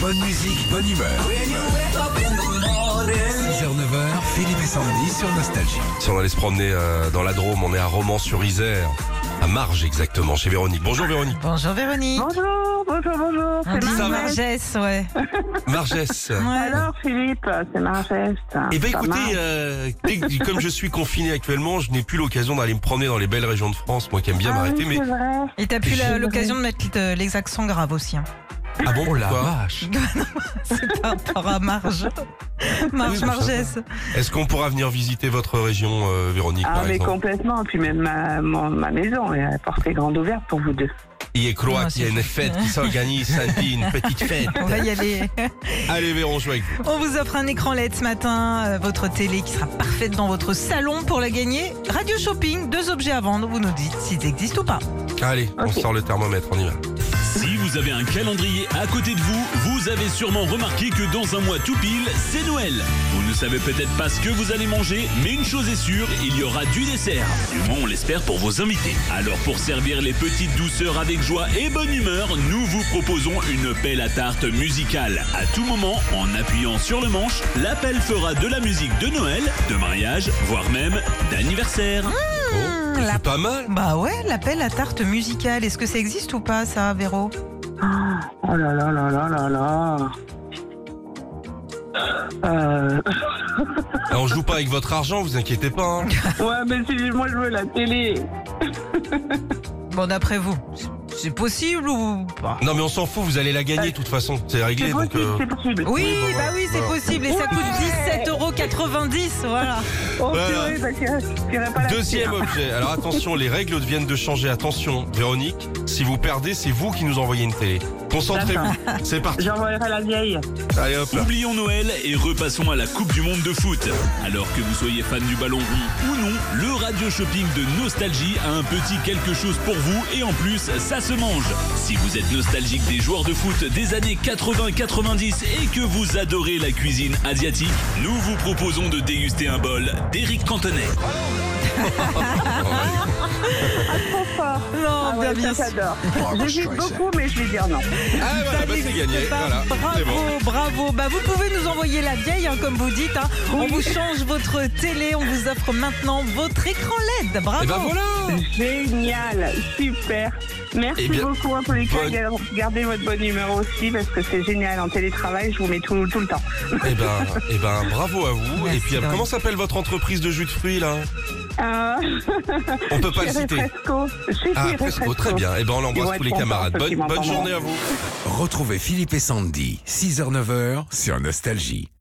Bonne musique, bonne humeur. 6h-9h, Philippe et Sandy sur Nostalgie. Si on allait se promener euh, dans la Drôme, on est à Romans-sur-Isère, à Marge exactement, chez Véronique. Bonjour Véronique. Bonjour Véronique. Bonjour, bonjour, bonjour. On dit C'est Ça va Margeste. Margès, ouais. Margès. Ouais. Alors, Philippe, c'est Margeste. Eh ben Ça écoutez, marche. euh, dès que- comme je suis confiné actuellement, je n'ai plus l'occasion d'aller me promener dans les belles régions de France, moi qui aime bien Ah m'arrêter, oui, mais... c'est vrai. Et t'as plus la- l'occasion de mettre de- les accents graves aussi. hein. Ah bon, pourquoi C'est par rapport à Marge. Oui, Marge ça va. Margès. Est-ce qu'on pourra venir visiter votre région, euh, Véronique, Ah, par mais exemple complètement. Puis même ma, mon- ma maison, elle porte grande ouverte pour vous deux. Il est croit Non, qu'il y a c'est une juste- fête qui s'organise samedi, une petite fête. On va y aller. Allez Véron, je joue avec vous. On vous offre un écran LED ce matin, euh, votre télé qui sera parfaite dans votre salon pour la gagner. Radio Shopping, deux objets à vendre. Vous nous dites s'ils existent ou pas. Allez, on Ok. sort le thermomètre, on y va. Si vous avez un calendrier à côté de vous, vous avez sûrement remarqué que dans un mois tout pile, c'est Noël. Vous ne savez peut-être pas ce que vous allez manger, mais une chose est sûre, il y aura du dessert. Du moins on l'espère pour vos invités. Alors pour servir les petites douceurs avec joie et bonne humeur, nous vous proposons une pelle à tarte musicale. À tout moment, en appuyant sur le manche, la pelle fera de la musique de Noël, de mariage, voire même d'anniversaire. Oh, Hmm, la- c'est pas mal. Bah ouais, l'appel à tarte musicale. Est-ce que ça existe ou pas, ça, Véro Oh là là là là là là. Euh, Alors, on joue pas avec votre argent, vous inquiétez pas. hein. ouais, mais si moi je veux la télé. Bon, d'après vous, c'est- c'est possible ou pas Non mais on s'en fout, vous allez la gagner de toute façon, c'est réglé C'est donc. possible, euh, c'est possible. Oui, Oui, bah bah oui, c'est voilà. possible. Et ça coûte 17,90€. Voilà. Oh, Voilà. purée, ça tirait- ça tirait pas la Deuxième objet. Alors attention, les règles viennent de changer. Attention, Véronique, si vous perdez, c'est vous qui nous envoyez une télé. Concentrez-vous. C'est parti. J'envoierai la vieille. Allez hop là. Oublions Noël et repassons à la Coupe du Monde de foot. Alors que vous soyez fan du ballon rond ou non, le radio shopping de Nostalgie a un petit quelque chose pour vous et en plus, ça se mange. Si vous êtes nostalgique des joueurs de foot des années 80-90 et que vous adorez la cuisine asiatique, nous vous proposons de déguster un bol d'Eric Cantonnet. Non, Ah Oh, bien, ouais, bien ça, sûr. j'adore. J'hésite beaucoup, mais je vais dire non. Ah voilà, Ça bah, c'est n'existe gagné. pas. Voilà, c'est Bravo, bon. bravo. Bah, vous pouvez nous envoyer la vieille, hein, comme vous dites. hein. On vous change votre télé. On vous offre maintenant votre écran LED. Bravo. Et ben voilà. Génial, super. Merci Eh bien, beaucoup hein, pour les cas. bonne- Gardez votre bonne humeur aussi parce que c'est génial en télétravail. Je vous mets tout, tout le temps. Eh ben, eh ben, bravo à vous. Merci, et puis, Véronique. comment s'appelle votre entreprise de jus de fruits là Euh, On peut pas le chez citer. Refresco. Si, Ah, si, presque. Refresco. Très bien. Eh ben, on Ils vont embrasse tous être les contents, camarades. ceux qui Bonne, bonne m'entendront. journée à vous. Retrouvez Philippe et Sandy, 6h-9h sur Nostalgie.